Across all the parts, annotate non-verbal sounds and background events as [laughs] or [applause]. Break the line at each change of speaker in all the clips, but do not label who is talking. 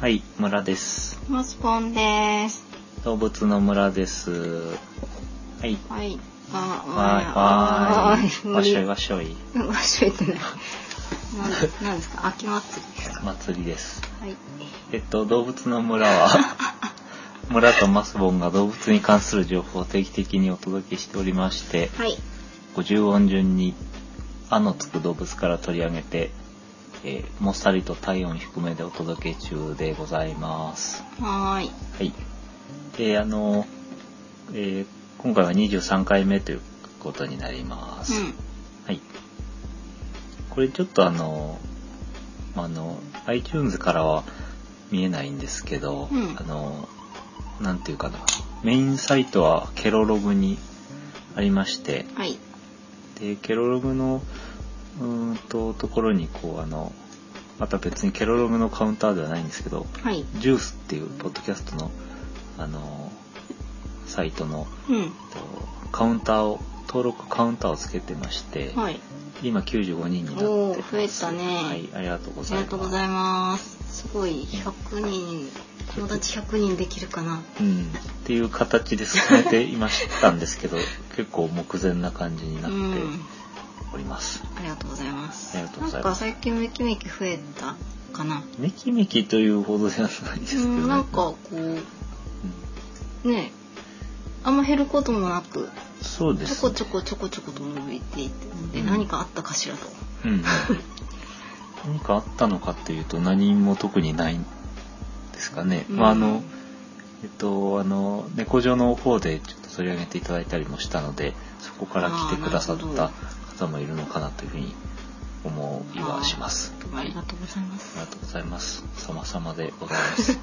はい、村です。
マスポンです。
動物の村です。はい。
はい。
わ
あ
ーい
ー
わーい。わしょい
ー
わしょい。
無理わっしょいってない。なんなんですか秋祭りですか
祭りです。
はい。
えっと、動物の村
[laughs]
は、村とマスボンが動物に関する情報を定期的にお届けしておりまして、
はい。
50音順に、あのつく動物から取り上げて、えーもっさりと体温低めでお届け中でございます。
はーい。
はい。で、あの、えー今回は23回目ということになります。はい。これちょっとあの、あの、iTunes からは見えないんですけど、
うん
あの、なんていうかな、メインサイトはケロログにありまして
う、ん。はい。
で、ケロログの、うーんと、ところにこう、あの、また別にケロログのカウンターではないんですけど、
はい。
ジュースっていうポッドキャストの、あの、サイトの、
うん。
えっとカウンターを、登録カウンターをつけてまして、
はい。
今95人になってます
おー増えたね
はい、ありがとうご
あ
ざい
り
ます。
がとうございます。すごい、100人、友達100人できるかな。
うん、っていう形で進めていましたんです
[laughs]
けど、結構目前な感じに
う
なって
ん。
おります。
ありがとうございます。
ありがとうござ
ないんか
ます
最近めきめき増えたかな。
めきめきというほどではないです
う
けど、ね。
ん、なんかこう、ね、あんま減ることもなく、
うんそうで
ちょ
す、
こ
ね。
ちょこちょこちょこと伸びていってで、
うん
何かあったかしらと
うんうん。何かあったのかっていうと何も特にないんですかね。まああの、えっと、あの、猫上の方でちょっと取り上げていただいたりもしたので、そこから来てくださっ
あーな
た
る
方もいるのかなというふうに思いはします。
あ
はい。
りが
あ
とうございます
りがとうございます。様々でござい
[laughs]
ます。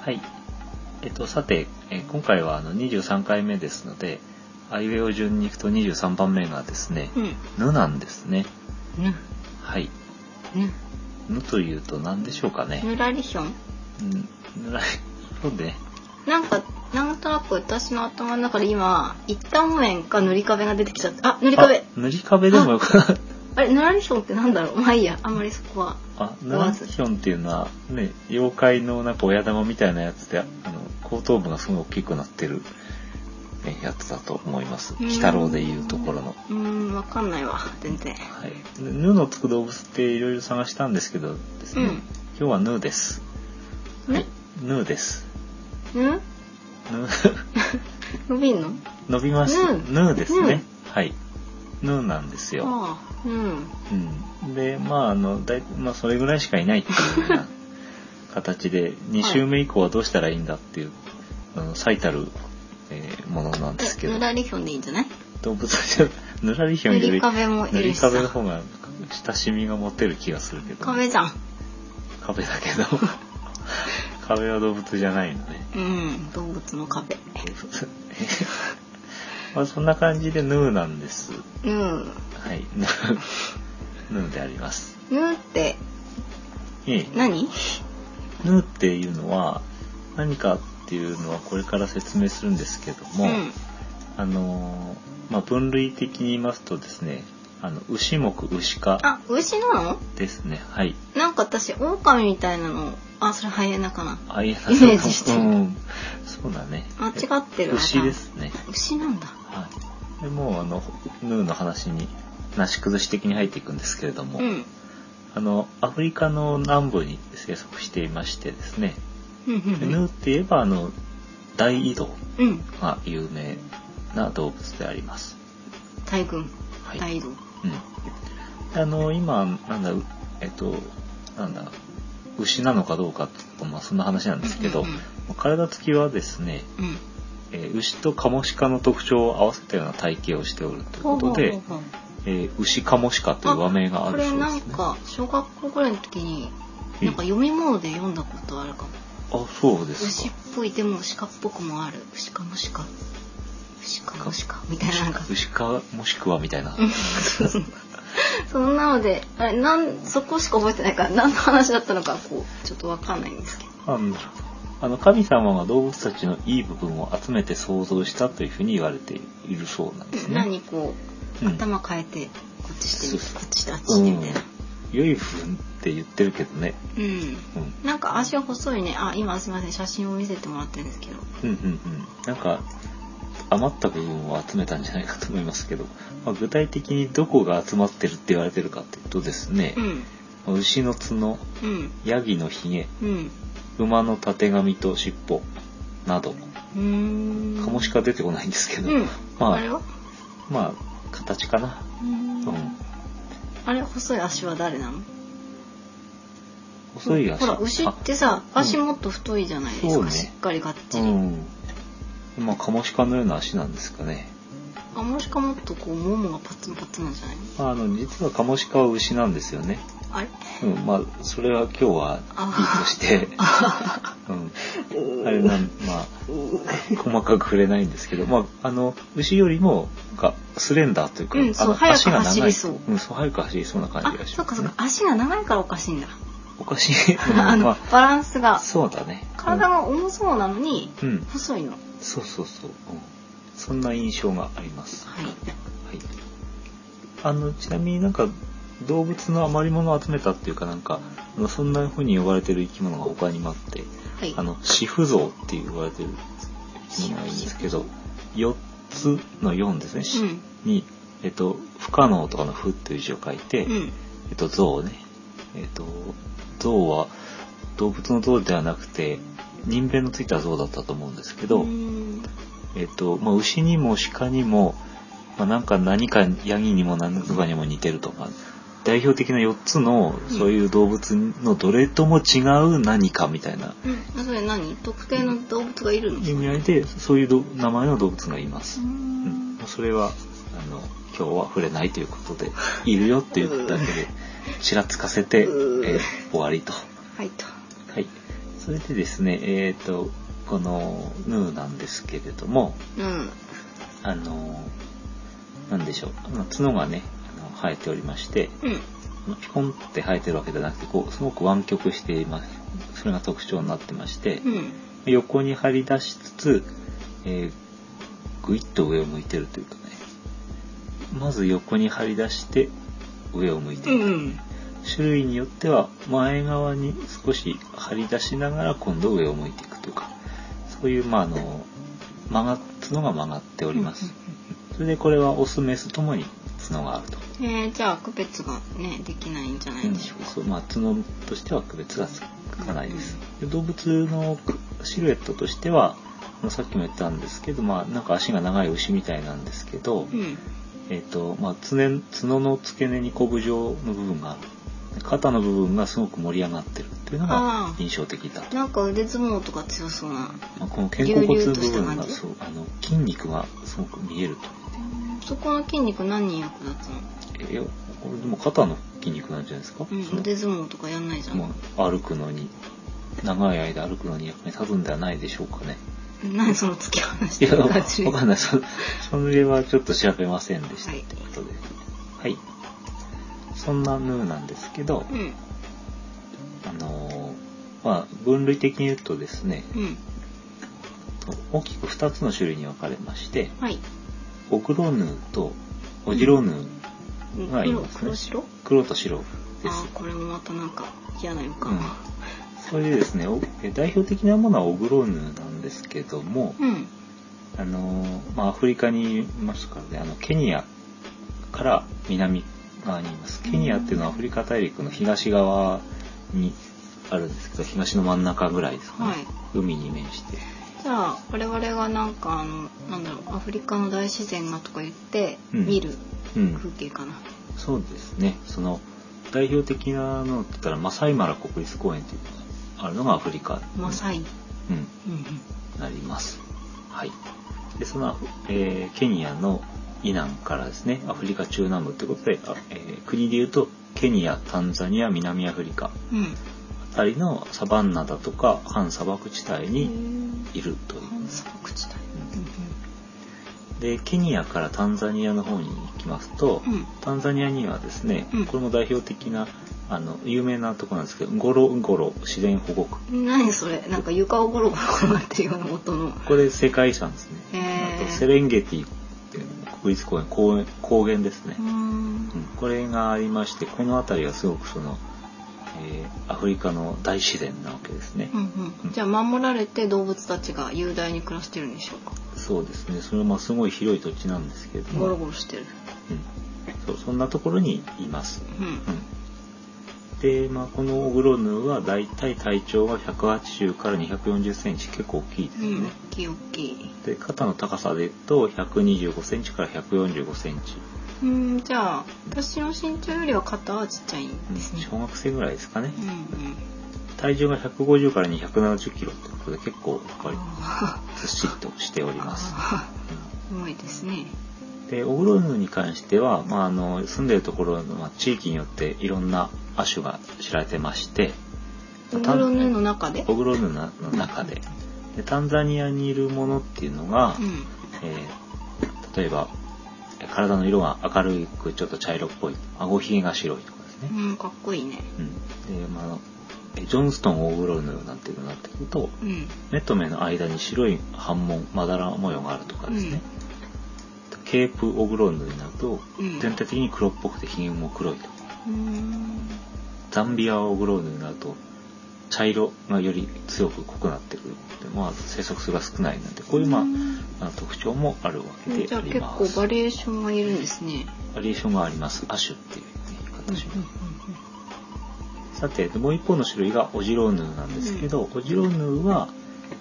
はい。えっと、さて、えー今回はあの23回目ですので、アイウェイを順に行くと23番目がですね、
うん
ぬなんですね。
ぬ
はい。
ぬ
ぬというと何でしょうかね。
ぬらりひょん
うんぬらい、そうね。
なんかなんとなく私の頭の中で今一旦木綿か塗り壁が出てきちゃったあ塗り壁あ
あ塗り壁でもよくない
れぬらりひょんってなんだろうまあいいやあんまりそこは
あ、ナラヒョンっていうのは、ね、妖怪のなんか親玉みたいなやつで、あの、後頭部がすごい大きくなってる、ね、やつだと思います。
うん
鬼太郎でいうところの。
うーんわかんないわ全然
はい。ぬぬのつく動物っていろいろ探したんですけどですね、
うん
今日はぬです。
ぬ
ぬです。
ぬ
ぬ、 [laughs]
伸びんの
伸びます。
ぬ
ぬですね。はい。ぬなんですよ。
ああうん
うん、でまああのだい、まあ、それぐらいしかいないっていうような形で2週目以降はどうしたらいいんだっていう、あの最たる、えーものなんです
え
けど
ぬらりひょんでいいんじゃない
動物じゃぬらりひょん
塗
よ
り
り
壁も
塗
いる
り
しさ
壁の方が親しみが持てる気がするけど、
壁じゃん
壁だけど
[laughs]
壁は動物じゃないのね。
うん動物の壁
動物まあそんな感じでヌーなんです。
うん
はい。ヌーヌーであります。
ぬって
ええ
何
ヌーっていうのは何かっていうのはこれから説明するんですけども、
ん、
あのーまあ、分類的に言いますとですねあの牛目牛科
あ牛なの
ですねはい
なんか私狼みたいなのあそれハイエナかな
あいや
イメージしてる
うん、そうだね
間違ってるわ
牛ですね
牛なんだ
はいでもうあのヌーの話になし崩し的に入っていくんですけれども、
うん
あのアフリカの南部に生息していましてですね、
うんう
で
んう
ヌー
ん
って言えばあの大移動
うん
が有名な動物であります。
大群
はい。
大移動
うん。あの今なんだえっとなんだ牛なのかどうかちょっとまあそんな話なんですけど、
うんうん
体つきはですね、
うん
えー牛とカモシカの特徴を合わせたような体型をしておるというこ
ほうほう
とで、
ほうほう
えー牛カモシカという和名があ
こ
る
れ
そうで
なん
すね。
か小学校ぐらいの時に
ええ
なんか読み物で読んだことあるかも
あそうです
牛っ
か。
ぽいでも鹿っぽくもある牛かも鹿牛かも鹿みたいななんか
牛かもしくはみたいな。
[laughs] そんなので、あれ、なん、そこしか覚えてないから、何の話だったのか、こう、ちょっとわかんないんですけど。
なんだろうあの神様が動物たちのいい部分を集めて創造したというふうに言われているそうなんですね。
何こう、
うん
頭変えて、こっちしてみ
そ
て、
うそう
こっちして、あっちしてみたいな。
いゆいふんって言ってるけどね。
うん。
うん。
なんか足は細いね。あ、今すみません。写真を見せてもらってるんですけど。
うんうんうん。なんか、余った部分を集めたんじゃないかと思いますけど、まあ、具体的にどこが集まってるって言われてるかっていうとですね
う、ん。
牛の角、
うん。
ヤギのひげ、
うん。
馬のたてがみと尻尾など、
うーん。
カモシカ出てこないんですけど、
うん。
まあ
あれは
まあ、形かな。
うーん
うん。
あれ細い足は誰なの
細い足。
ほら牛ってさ
あ
足もっと太いじゃないです
そ
か、
うね
しっかりがっ
う
ちり、
ん。まあ、カモシカのような足なんですかね。
あもしかもっとこうももがパツンパツンなんじゃないの
まあ、あの、実はカモシカは牛なんですよね。
あれ
うん、まあ、それは今日はいいと [laughs]
[laughs]
して、うん、あれなん、まあ、細かく触れないんですけど、まあ、あの、牛よりも、がスレンダーというか、
うんそう
あの
速く
足が
走
長い。、
りそうん
そう、早く走りそうな感
あ
じがし
そっ
ま
か
す、
そっ
ね
か。足が長いからおかしいんだ、
おかしい。うん
[laughs] あの
ま
バランスが
あ、そうだね。
体が重そうなのに
うん、うん、
細いのは
そうそうそう、うん。そんな印象があります。
い
はい。あの、ちなみになんか、動物の余り物を集めたっていうかなんか、あのそんな風に呼ばれてる生き物が他にもあって、
はい
あの、シフゾウって言われてる生き物がいるんですけど、4つの4ですね、し
うん
に、えっと、不可能とかの不っていう字を書いて、
うん
えっと、ゾウね。えっと、ゾウは動物のゾウではなくて、人弁のついたゾウだったと思うんですけど、
うーん
えっと、まあ、牛にも鹿にも、まあ、なんか何かヤギにも何とかにも似てるとか、代表的な4つの
うん
そういう動物のどれとも違う何かみたいな
うん、それ何特定の動物がいるのう
意味合いで、そういうど名前の動物がいます
ー。ん
まあそれは、あの、今日は触れないということで、いるよっていうだけで、ちらつかせて、え
うー
ー終わりと。
はいと
はい。それでですね、えっ、と、このヌーなんですけれども、
うん
あの、なんでしょう、あの角がね、あの生えておりまして、
うん
あのピコンって生えてるわけじゃなくて、こう、すごく湾曲しています。それが特徴になってまして、
うん
横に張り出しつつ、えー、ぐいっと上を向いてるというかね、まず横に張り出して、上を向いて
う
いる。
ん
種類によっては前側に少し張り出しながら今度上を向いていくというかそういうまああの曲がっ角が曲がっております、それでこれはオスメスともに角があると、
えー、じゃあ区別がねできないんじゃないでしょうか
そうまあ角としては区別がつかないです、で動物のシルエットとしてはまあさっきも言ったんですけどまあなんか足が長い牛みたいなんですけど、
うん
えっ、と、まあ、角角の付け根にコブ状の部分がある。肩の部分がすごく盛り上がってるっていうの
あ
が
ー
印象的だと。
なんか腕相撲とか強そうな
まあ、この肩甲骨の部
隆々と
分
した
が、
感じ
そう、あの、筋肉がすごく見えると。
そこの筋肉何に役立つの、
え、いやこれでも肩の筋肉なんじゃないですか、
うん
その
腕相撲とかやんないじゃん、
まあ歩くのに、長い間歩くのに役に立つんではないでしょうかね。
何その突き放し
い
て
や、
る
わ
感じ
かんない。そ、それはちょっと調べませんでした。
はい
ってことで。はい。そんなヌーなんですけど、
うん
あのーまあ、分類的に言うとですね、
うん
大きく2つの種類に分かれまして、
はい
オクロヌーとオジロヌー、
うん
はいい
黒
いですね
黒白
黒と白で
あ
す
ー。これもまたなんか嫌な予
うん
感
それでですね、おえ代表的なものはオグロヌーなんですけども、
うん、
あのーまあ、アフリカにいますからね、あの、ケニアから南側にいます。ケニアっていうのはアフリカ大陸の東側にあるんですけど、東の真ん中ぐらいですかね。
はい
海に面して。
じゃあ我々がなんかあのなんだろうアフリカの大自然がとか言って
うん
見る
うん。
風景かな、
そうですね。その代表的なのって言ったらマサイマラ国立公園っていうのがあるのがアフリカ。
マサイ、
うん、
うん
なります。はい。で、その、えーケニアの以南からですね、アフリカ中南部ということで、あえー国で言うとケニア、タンザニア、南アフリカ
うん
あたりのサバンナだとか半砂漠地帯
うんへ
に
ー
いるという。
反則地帯
で、ケニアからタンザニアの方に行きますと、
うんうん
タンザニアにはですね、
うん
これも代表的なあの有名なところなんですけどゴロゴロ自然保護区
うん何それなんか床をゴロゴロ転がってるような音の
これ世界遺産ですね
へー
あとセレンゲティっていう国立公園公園高原ですね
うー、ん
うんこれがありまして、この辺りはすごくその、えーアフリカの大自然なわけですね。
うん
う
うんん、じゃあ守られて動物たちが雄大に暮らしてるんでしょうか
そうですね。それはまあすごい広い土地なんですけれども、
ゴロ
うん、
ゴロしてる
そうそんなところにいます。
うん
うんで、まあ、このオグロヌーはだいたい体長が180から240センチ結構大きいです
う
よ
ん
ね
大、きい大きい
で肩の高さで言うと125センチから145センチ、
うんじゃあ私の身長よりは肩はちっちゃいんですね
小学生ぐらいですかね、
うん
体重が150から270キロってことで結構
う
やっぱ
ん
り
あ
ずっしりとしております、
あ [laughs] 重いですね
でオグロヌーに関しては、まあ、あの住んでるところの、まあ、地域によっていろんな亜種が知られてまして
オグロヌの中で
オグロヌーのの中ででタンザニアにいるものっていうのが、
うん
えー例えば体の色が明るくちょっと茶色っぽい顎ひげが白いとかですね、
うんかっこいいね
うんでまああのえジョンストンオグロヌーなんていうのになってくると
うん
目と目の間に白い斑紋まだら模様があるとかですね、ケープオグロヌーになると
うん
全体的に黒っぽくてひげも黒いと
うん
ザンビアオグロヌーになると茶色がより強く濃くなってくるで、まあ、生息数が少ないなんてこういう、まあ
ん
あの特徴もあるわけで
じゃ
あ
あ
り
結
ま
構
す
バリエーションがいるんですね
バリエーションがあります亜種っていう、ね、
うんうん
形も、さてもう一方の種類がオジロヌーなんですけど、オジロヌーは、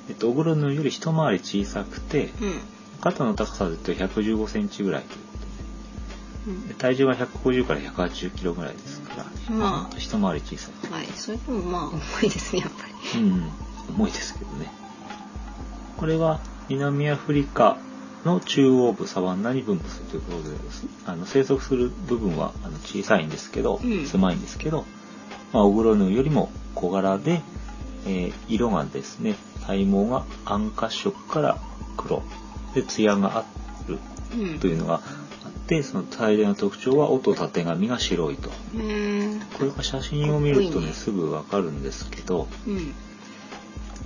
えっと、オグロヌーより一回り小さくて
うんうん
肩の高さで言うと115センチぐらいという
うん
で体重が150から180キロぐらいですから、
まあ
ほんと一回り小さい、
はい、それでもまあ重いですねやっぱり。
うんうん、重いですけどねこれは南アフリカの中央部サバンナに分布するということですあの生息する部分はあの小さいんですけど、
うん
狭いんですけど、まあ、オグロヌーよりも小柄で、えー色がですね体毛が暗褐色から黒で艶がある
うん
というのがあってその最大の特徴は音縦髪が白いと
へー
これが写真を見る
かっこ
と
いい
ね
ね
すぐわかるんですけど
うん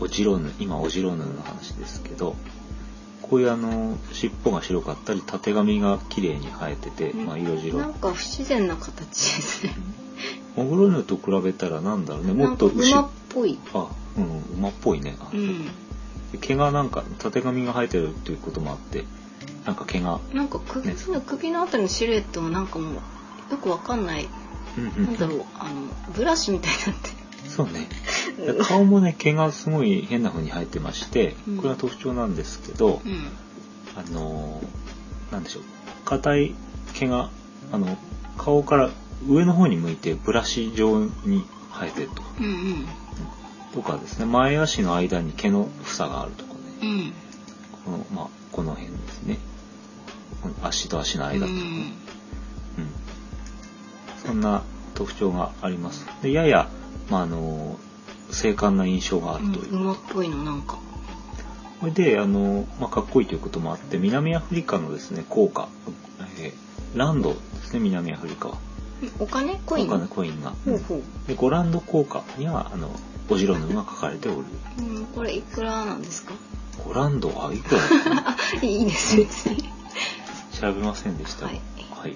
オジロヌ今オジロヌの話ですけどこういうあの尻尾が白かったり縦髪が綺麗に生えてて、まあ、色白
なんか不自然な形ですね。
オグロヌと比べたらなんだろうねもっと
なんか
牛
馬っぽい。
あうん馬っぽいね、あ
うん。
毛がなんか縦髪が生えてるっていうこともあってなんか毛が
なんか首
ね
の首のあたりのシルエットもなんかもうよくわかんない。
うんう
なんだろうあのブラシみたいになって
そうね
る。
で顔もね毛がすごい変な風に生えてまして
うん
これが特徴なんですけど、
うん
あのーなんでしょう硬い毛があの顔から上の方に向いてブラシ状に生えてるとか
うんうん
とかですね前足の間に毛の房があるとかね
うん
この,、まあ、この辺ですねこの足と足の
う
間とか、うん
ん
そんな特徴がありますでやや、まああのー精悍な印象があるという、
馬っぽいのなんか。
これであの、まあ、かっこいいということもあって南アフリカのですね硬貨、えーランドですね南アフリカは
お金コイン。
硬貨のコインが、
ほうほう。
でゴランド硬貨にはあのオジロヌーが書かれておる
うんこれいくらなんで
[laughs]
すか。
ゴランドはいく
[laughs]
らだっ
あいいです別に。
た調べませんでした
はい
はい、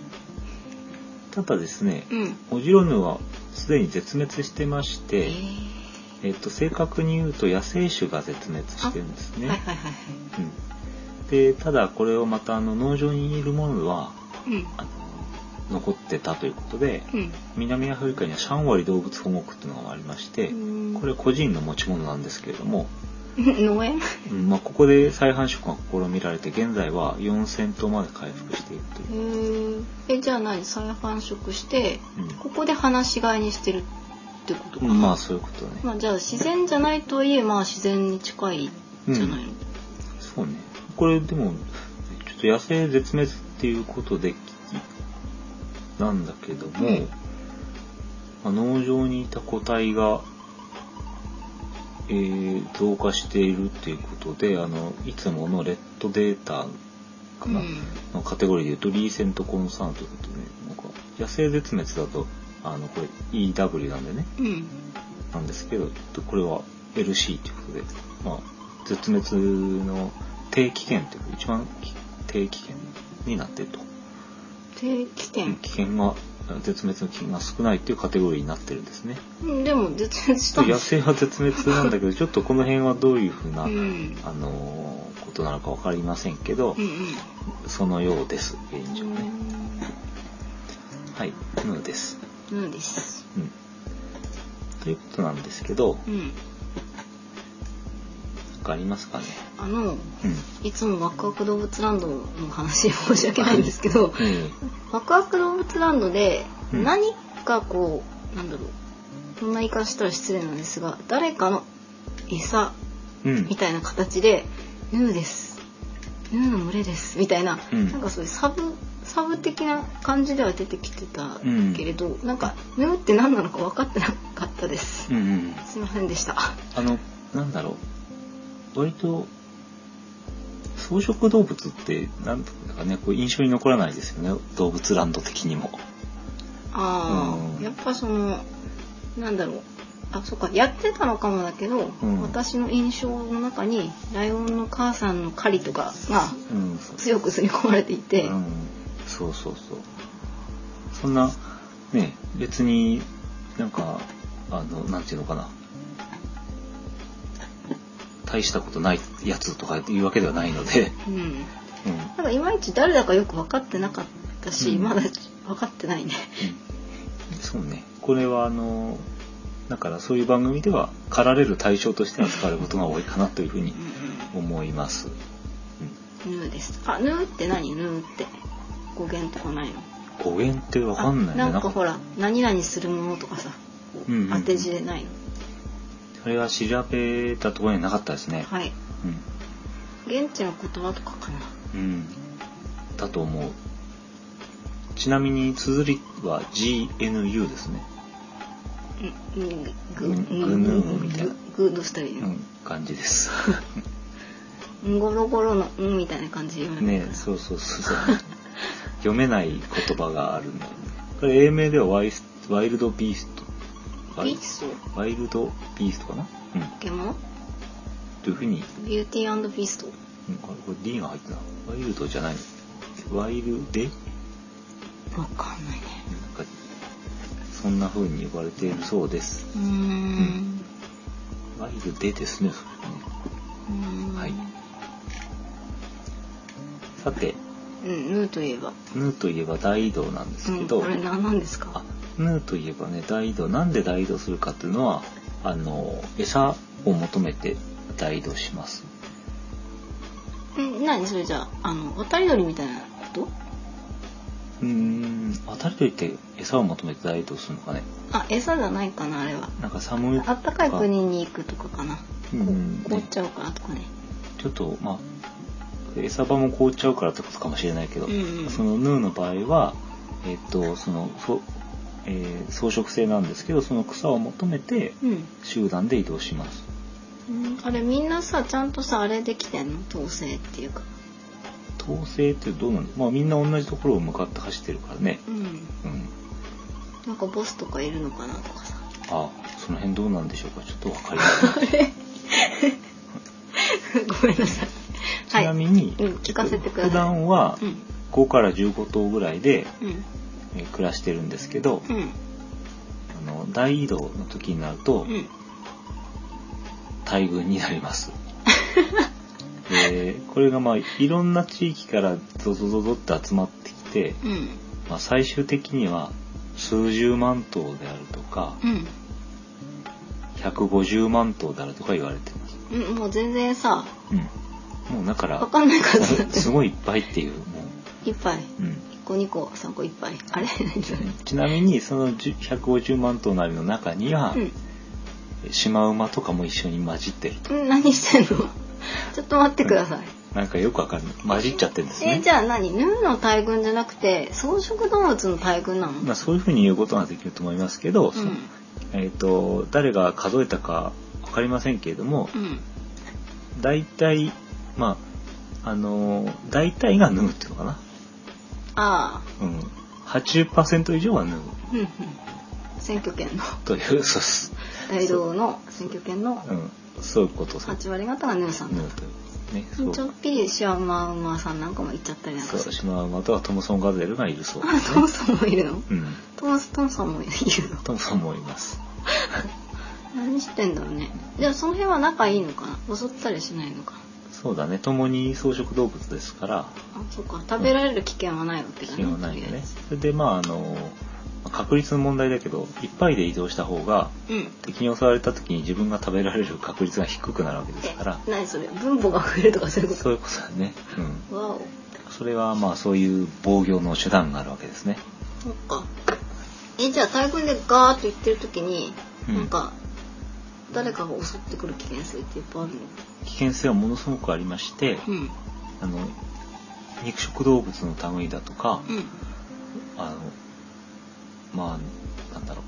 ただですね
うん。
オジロヌーはすでに絶滅してまし
え
て、えっと正確に言うと野生種が絶滅してるんです
ー
ね、
はいはいはいは
うん、でただこれをまたあの農場にいるものは
いう
あの残ってたということで
ん
南アフリカにはシャンワリ動物保護区というのがありまして
うん
これは個人の持ち物なんですけれども、
うん [laughs] 農園
うんまあ、ここで再繁殖が試みられて現在は4,000頭まで回復しているという
う、ーんえじゃあ何再繁殖して
うん
ここで放し飼いにしてるってことかな、
うんまあそういうことね、
まあじゃあ自然じゃないとはいえまあ自然に近いじゃないの、
そうねこれでもちょっと野生絶滅っていうことでなんだけども、
うん
まあ農場にいた個体が、えー増加しているっていうことであのいつものレッドデータかな、
うん
のカテゴリーで言うとリーセントコンサーンということでなんか野生絶滅だとあのこれ EW なんでね
うん
なんですけど、ちょっとこれは LC ということで、まあ、絶滅の低危険というか、一番き低危険になっていると。
定期券
危険が、えその絶滅の危険が少ないっていうカテゴリーになってるんですね。
うんでも絶滅したんで
野
すよ
生は絶滅なんだけ
[laughs]
ど、ちょっとこの辺はどういうふうな、
うん
あのーことなのかわかりませんけど
う、んうん
そのようです、現状ね。はい、のです。
うんです
うん。ということなんですけど、
うん
なんかありますかね。
あ
う
の
ん。
いつもワクワク動物ランドの話で申し訳ないんですけど、
え
ワクワク動物ランドで
うん
何かこう、なんだろうこんな言い方したら失礼なんですが誰かの餌
えうん
み。たいな形で「ヌーです」「ヌーの群れです」みたいな、
うん
なんかそういうサブサブ的な感じでは出てきてたけれど、なんか「ヌーって何なのか分かってなかったです、
うんうん。
すいませんでした
あの、なんだろう。割と、草食動物って、なんだかね、こう印象に残らないですよね。動物ランド的にも。
あー、
うん
やっぱそのなんだろうあそっかやってたのかもだけど、
うん
私の印象の中にライオンの母さんの狩りとかが
うん、そう
強く刷り込まれていて、
うん、そうそうそうそんなね別になんかあのなんていうのかな大したことないやつとかいうわけではないので、
うん
うんう
なんかいまいち誰だかよく分かってなかったし、
うん
まだ分かってないね。
ん、そうねこれはあのだからそういう番組では狩られる対象として扱われることが多いかなというふうに思います。
ヌーです。あ、ヌーって何？ヌーって語源とかないの？
うん語源ってわかんない
あ
ね
なん
な
か
んか
ほら何々するものとかさ、こう
うんうんうん
当て字でないの。
それは調べたところにはなかったですね。
はい。
うん
現地の言葉とかかな。
うん、だと思うちなみに綴りは GNU ですね、
うんうん
ぐ
ぐぐ
ぬーみたいな
ぐぐどうしたらいいうの
ん、感じです
[laughs] うんゴロゴロのうんみたいな感じで言われ
ね
る
そうそうそうそう読めない言葉があるんだよねこれ英名ではワイスワイルドビーストワイ
ビースト
ワイルドビーストかなうん
ポケモン
というふうに、
ビューティービースト
うん、あれこれ D が入ってたワイルドじゃないワイルデ
わかんないね
なんかそんな風に呼ばれているそうです
うーん
ワイルデですねそれね
うーん
はいさて
うんヌーといえば
ヌーといえば大移動なんです
う
け
ん
ど、
これ何なんですか
あヌーといえばね大移動なんで大移動するかっていうのはあの餌を求めて大移動します
うん何それじゃああの渡り鳥みたいなこと
うーん当たり鳥って餌を求めて大移動するのかね
あ餌じゃないかなあれは
なんか寒い
あったかい国に行くとかかな
うん
凍っちゃうからとかね
ちょっとまあ餌場も凍っちゃうからってことかもしれないけど、
うんうん
そのヌーの場合はえっとそのそ、えー草食性なんですけどその草を求めて
うん
集団で移動します
うんあれみんなさちゃんとさあれできてんの統制っていうか
統制ってどうなんまあみんな同じところを向かって走ってるからね。
うん
うん。
なんかボスとかいるのかなとかさ
あ、その辺どうなんでしょうか。ちょっとわかりま
[laughs]
せん。
ごめんなさい
ち
はい
なみに、
うん聞かせてください
普段は
うん
5から15頭ぐらいで
うん
えー暮らしてるんですけど、
うん
あの大移動の時になると
うん
大群になります。
[laughs]
でこれがまあいろんな地域からゾゾゾゾって集まってきて、
うん
まあ、最終的には数十万頭であるとか
うん
150万頭であるとか言われてます。
うんもう全然さ
うん。もうだから、
わかんないから
す
さ
すごいいっぱいっていう、も
一杯
う。うん。
一個二個三個一杯あれ何それ
[laughs] ちなみに、その10 150万頭なりの中には、
うん
シマウマとかも一緒に混じってると。
うん何してんのちょっと待ってください、
なんかよくわかんない。混じっちゃってるんです
えー
ね
じ。ゃあ何ヌーの大群じゃなくて草食動物の大群なの、
まあそういうふうに言うことができると思いますけど、
う
そ
ん
えっ、と、誰が数えたかわかりませんけれども、
うん
大体、まあ、あのー、大体がヌーっていうのかな。
ああ
うん。80%以上はヌー
うんうん選挙権の
という、そうっす。
大道の選挙権の
うん。そういうこと、そういうこと
8割方がヌーさん
ヌ
だ
ーとね
ち
そう
ょっぴりシャーマウマさんなんかも行っちゃったりなん
そ
か
う
して
シマウマとはトムソン・ガゼルがいるそうで
[laughs] あ
す
ト
ね
ムさんもいるの
うん
トムストンさんもいるの
トムソンもいます
何してんだろうねじゃあその辺は仲いいのかな襲ったりしないのかな
そうだね共に草食動物ですから
あそうか食べられる危険はないわけだね
必要ないよ
とりあえ
ね
ず
それでまああの確率の問題だけどいっぱいで移動した方が
うん
敵に襲われた時に自分が食べられる確率が低くなるわけですから
え何それ分母が増えるとかそういうこ
そういうことだねうん
とわお
それはまあそういう防御の手段があるわけですね
そっかえじゃあ大群でガーッと行ってる時に、
うん
なんか誰かが襲ってくる危険性っていっぱいあるの
危険性はものすごくありまして
うん
あの肉食動物の類だとか
うん
あのまあなんだろ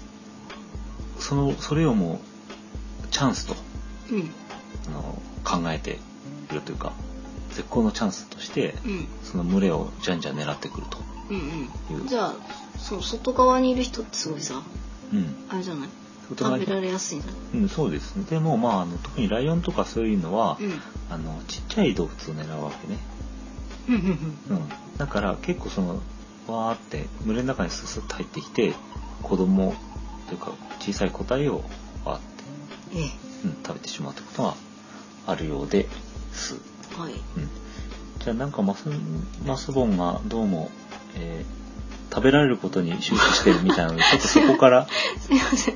うそのそれをもうチャンスと
うん
あの考えているというか絶好のチャンスとして
うん
その群れをじゃんじゃん狙ってくると
うん
いううん
じゃあその外側にいる人ってすごいさ
うん
あれじゃない
外側
食
に
べられやすいんだ
うん、そうですねでもまああの特にライオンとかそういうのは、
うん
あのちっちゃい動物を狙うわけね、
うんうん
うん、だから結構そのわーって群れの中にススッと入ってきて子供というか小さい個体をわーって、
うんえ
うん、食べてしまうということがあるようです
えはい
うん、じゃあなんかマスマスボンがどうも、えー食べられることに終始してるみたいな
[laughs]
のでちょっとそこから
すいません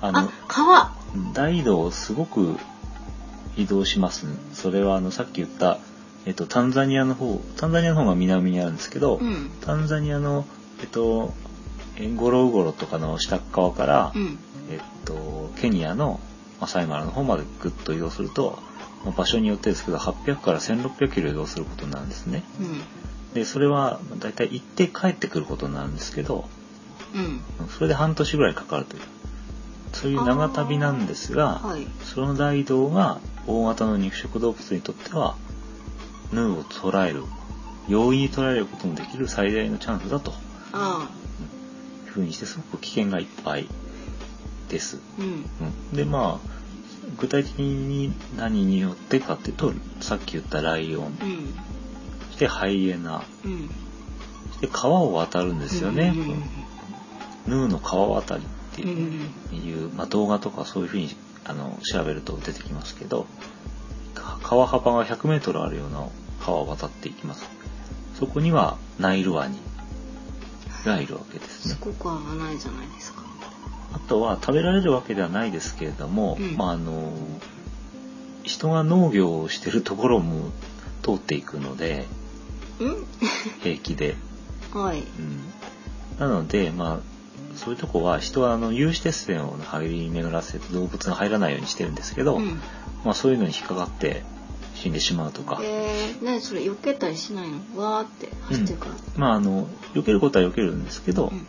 あ
あ
の
川
大移動をすごく移動しますそれはあのさっき言った、えっとタンザニアの方タンザニアの方が南にあるんですけど、
うん
タンザニアのえっとエンゴロウゴロとかの下っ側から、
うん
えっと、ケニアのマサイマラの方までぐっと移動すると、まあ場所によってですけど、800から1600キロ移動することになるんですね。
うん
で、それは、だいたい行って帰ってくることになるんですけど、
うん
それで半年ぐらいかかるという、そういう長旅なんですが、
はい
その大移動が大型の肉食動物にとっては、ヌーを捉える、容易に捉えることもできる最大のチャンスだと
ああ
いうふうにして、すごく危険がいっぱいです。
うん
うんでまあ具体的に何によってかっていうとさっき言ったライオン
うん
そしてハイエナ
うん
そして川を渡るんですよね、
うんうんうん
ヌーの川渡りって
うんう
いうんいう、まあ、動画とかそういうふうにあの調べると出てきますけどか川幅が1 0 0ルあるような川を渡っていきますそこにはナイルワニがいるわけですね
すごく危ないじゃないですか
あとは食べられるわけではないですけれども、
うん
まああの人が農業をしてるところも通っていくので [laughs]
うん
平気で、
はい
うん、なのでまあそういうとこは人はあの有刺鉄線を張り巡らせて動物が入らないようにしてるんですけど、
うん
まあ、そういうのに引っかかって死んでしまうとか、
えー、ねそれ避けたりしないのわーって走ってるから、
まああの避けることは避けるんですけど、
うん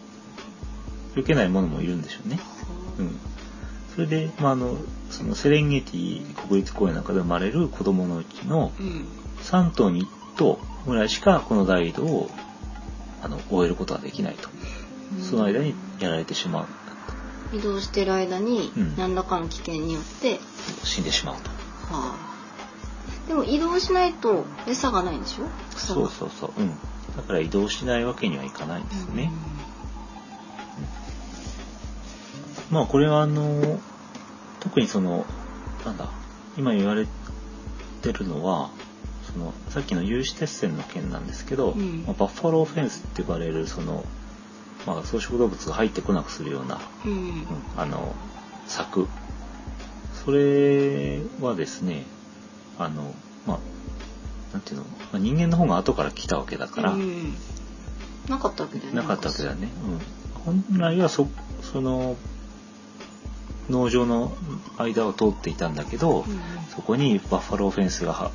避けないものもいるんでしょうね。うん、それで、まあ、あのそのセレンゲティ国立公園なんかで生まれる子供のうちの
うん
3頭に1頭ぐらいしかこの大移動をあの終えることはできないとその間にやられてしまう
移動してる間に
うん
何らかの危険によって、
死んでしまうと
はあでも移動しないと餌がないんでしょ
そ
草
う
が
そうそう、うん、だから移動しないわけにはいかないんですね、まあこれはあの特にそのなんだ今言われてるのはそのさっきの有刺鉄線の件なんですけど、
うん
まあバッファローフェンスって呼ばれるその、まあ、草食動物が入ってこなくするような、
うん、う
うん
ん、
あの柵それはですねあのまあなんていうの、まあ、人間の方が後から来たわけだから、
うんなかったわけだよね
なかったわけだね。うん、本来はそその農場の間を通っていたんだけど、そこにバッファローフェンスがは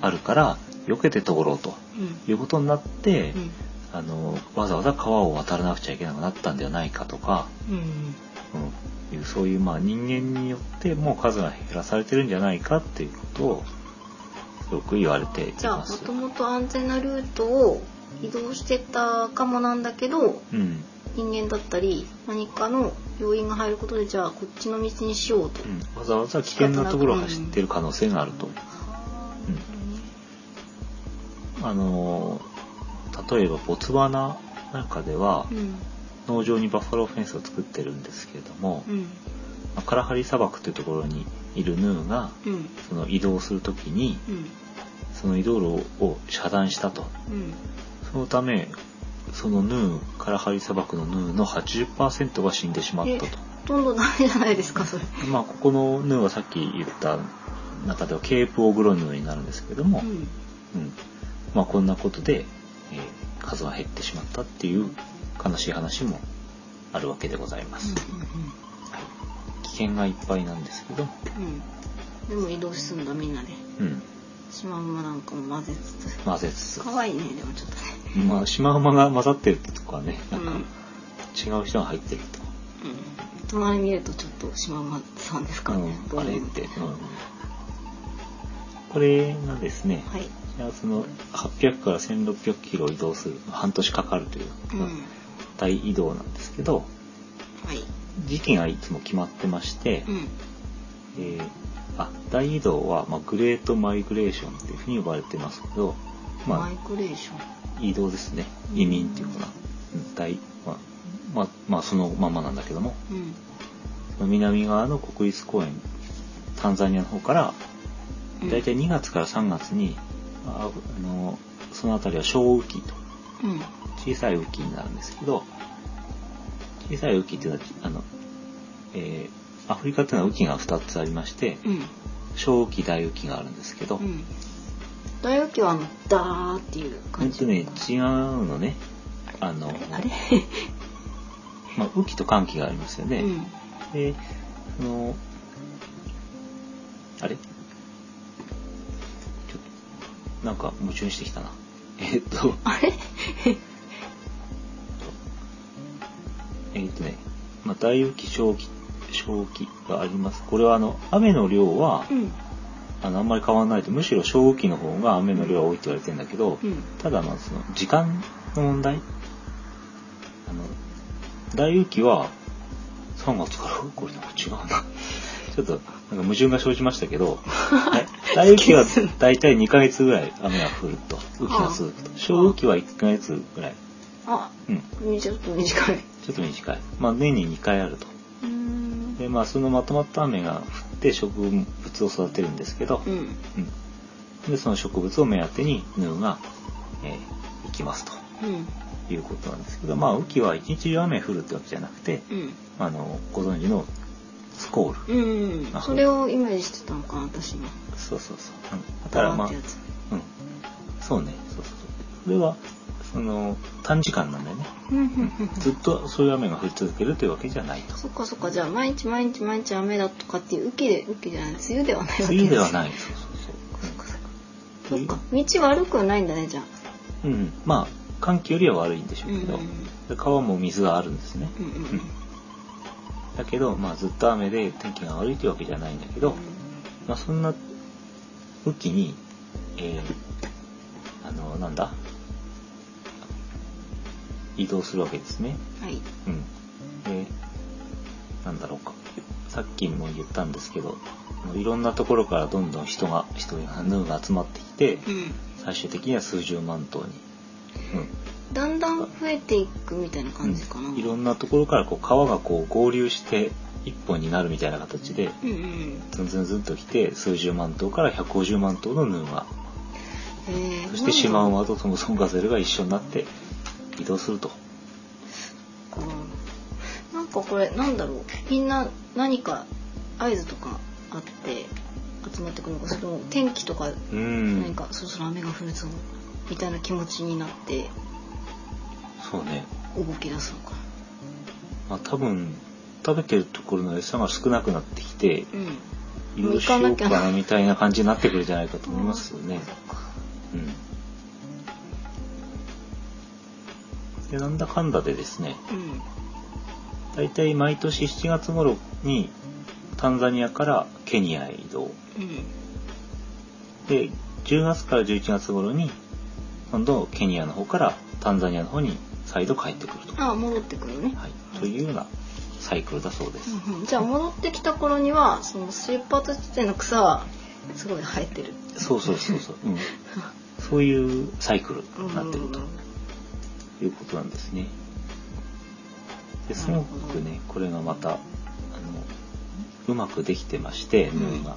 あるから避けて通ろうと
うんうん
いうことになって、
うん
あのわざわざ川を渡らなくちゃいけなくなったんではないかとか、
うん
うん、いうそういうまあ人間によってもう数が減らされてるんじゃないかっていうことをよく言われてい
じゃあ
ま
も
す
と。もと安全なルートを移動してたかもなんだけど
うん
人間だったり何かの要因が入ることでじゃあこっちの道にしようと、
うん、わざわざ危険なところを走ってる可能性があると。
あー
うん
なるほどね
あの例えばボツワナなんかでは、
うん
農場にバッファローフェンスを作ってるんですけれども、
うん
まあカラハリ砂漠というところにいるヌーが
うん
その移動するときに
うん
その移動路を遮断したと
うん
そのためそのヌーカラハリ砂漠のヌーの80%が死んでしまったと
ほとんどダメじゃないですかそれ。
まあここのヌーはさっき言った中ではケープオブロヌーになるんですけれども、
うん
うんまあ、こんなことで、えー数が減ってしまったっていう悲しい話もあるわけでございます、はい、危険がいっぱいなんですけど、
うんうんうん。でも移動するんだみんなで。
うん、
シマウマなんかも混ぜつつ。
混ぜつつ、
可愛いねでもちょっとね。
まあ、シマウマが混ざってるとかね
う
なん
ん
か
うん。
違う人が入ってると、
隣見るとちょっとシマウマさんですかね。
うん、あれっ
ボ
て、
リ
うん
ューム、
これがですね、
はい。
じゃあその800から1600キロ移動する半年かかるという
うん。は
大移動なんですけど
い。
時期がいつも決まってまして、
うん。
えーあ大移動は、まあ、グレートマイグレーションっていうふうに呼ばれてますけど、
マ
ま
イ
あ、
グレーション。
移動ですね移民っていうかなうん大、まあまあまあ、そのままなんだけども
うん。
その南側の国立公園タンザニアの方から
うん
大体2月から3月に、ああのその辺りは小雨季と
うん。
小さい雨季になるんですけど小さい雨季っていうのはあの、えーアフリカっていうのは雨季が2つありまして、
うん。
小雨季大雨季があるんですけど、
うん。大雨季はあのダーっていう
え
感
っと
じ。
ね違うのねあの
あれ？
まあ、雨季と寒季がありますよね、
うん。
でそのあれちょっとなんか矛盾してきたな [laughs] えっと
あれ？
えっとね、まあ、大雨季小雨季小雨季がありますこれはあの雨の量は
うん。
あのあんまり変わらないとむしろ小雨季の方が雨の量が多いって言われてるんだけど、
うん。
ただまあその時間の問題あの大雨季は3月からこれなんか違うな [laughs] ちょっとなんか矛盾が生じましたけ [laughs] どはい大雨季は大体2ヶ月ぐらい雨が降ると雨季が続くと小雨季は1ヶ月ぐらい
あ、
うん
ちょっと短い。
ちょっと短いまあ年に2回あると
うーん。
でまあそのまとまった雨が降って植物を育てるんですけど
う、ん。
うん、でその植物を目当てにヌーが、えー行きますと
うん。
いうことなんですけど、まあ、雨季は一日中雨降るってわけじゃなくて、
うん。
あの、ご存知のスコール。
うん
あ。
それをイメージしてたのかな、私今。
そうそうそう。うん、だか
ダ
ら
ー
ま
っ
あ、
て
う
や
ん。
つ。
そうね、そうそうそう。それは、その、短時間なん [laughs] だよね。
うんうんうんうん
ずっとそういう雨が降り続けるというわけじゃないと。
そっかそっか、じゃあ毎日毎日毎日雨だとかっていう雨季で雨季じゃない梅雨ではないわけ
梅雨では
す
ない。そうそうそう。
そっかそっか。
う
そ
ん
っか道悪くはないんだねじゃあ。
うんうん。まあ、寒気よりは悪いんでしょ
うん
う
うん
けど、で川も水があるんですね。
うんうん
だけど、まあ、ずっと雨で天気が悪いというわけじゃないんだけ
う
ど、まあ、そんな時に、えーあの、なんだ移動するわけですね。
ん。はい。
うん。で、なんだろうか。さっきも言ったんですけど、あのいろんなところからどんどん人が、人が、ヌーが集まってきて、
うん。
最終的には数十万頭に。
だんだん増えていくみたいな
うん。
感じかな。
うんいろんなところからこう川がこう合流して一本になるみたいな形で、
うんう
ず
ん。
んずんずんと来て、数十万頭から150万頭のヌーが
えー
そしてシマウ
なん
マとトムソンガゼルが一緒になって移動すると。
だろうなんかこれなんだろう。みんな何か合図とかあって集まってくるのか、それとも天気とか
う
何
ん。
かそろそろ雨が降るぞみたいな気持ちになって
そうね。
動き出すのか。
まあ多分、食べてるところの餌が少なくなってきて、
う
移
ん。
動しようかなみたいな感じになってくるんじゃないかと思いますよね
あー。そっかそっか
うん。で、なんだかんだでですね、
うん。
だいたい毎年7月頃にタンザニアからケニアへ移動。
うん。
で、10月から11月頃に、今度ケニアの方からタンザニアの方に再度帰ってくると。
ああ戻ってくるね。
はい、というようなサイクルだそうです。
うんうんじゃあ戻ってきた頃にはその出発地点の草はすごい生えてる。
そうそうそうそう、うん、 [laughs] そういうサイクルになってるということなんですね。で、すごくね、これがまた、あの、うまくできてまして、
うん
脳が。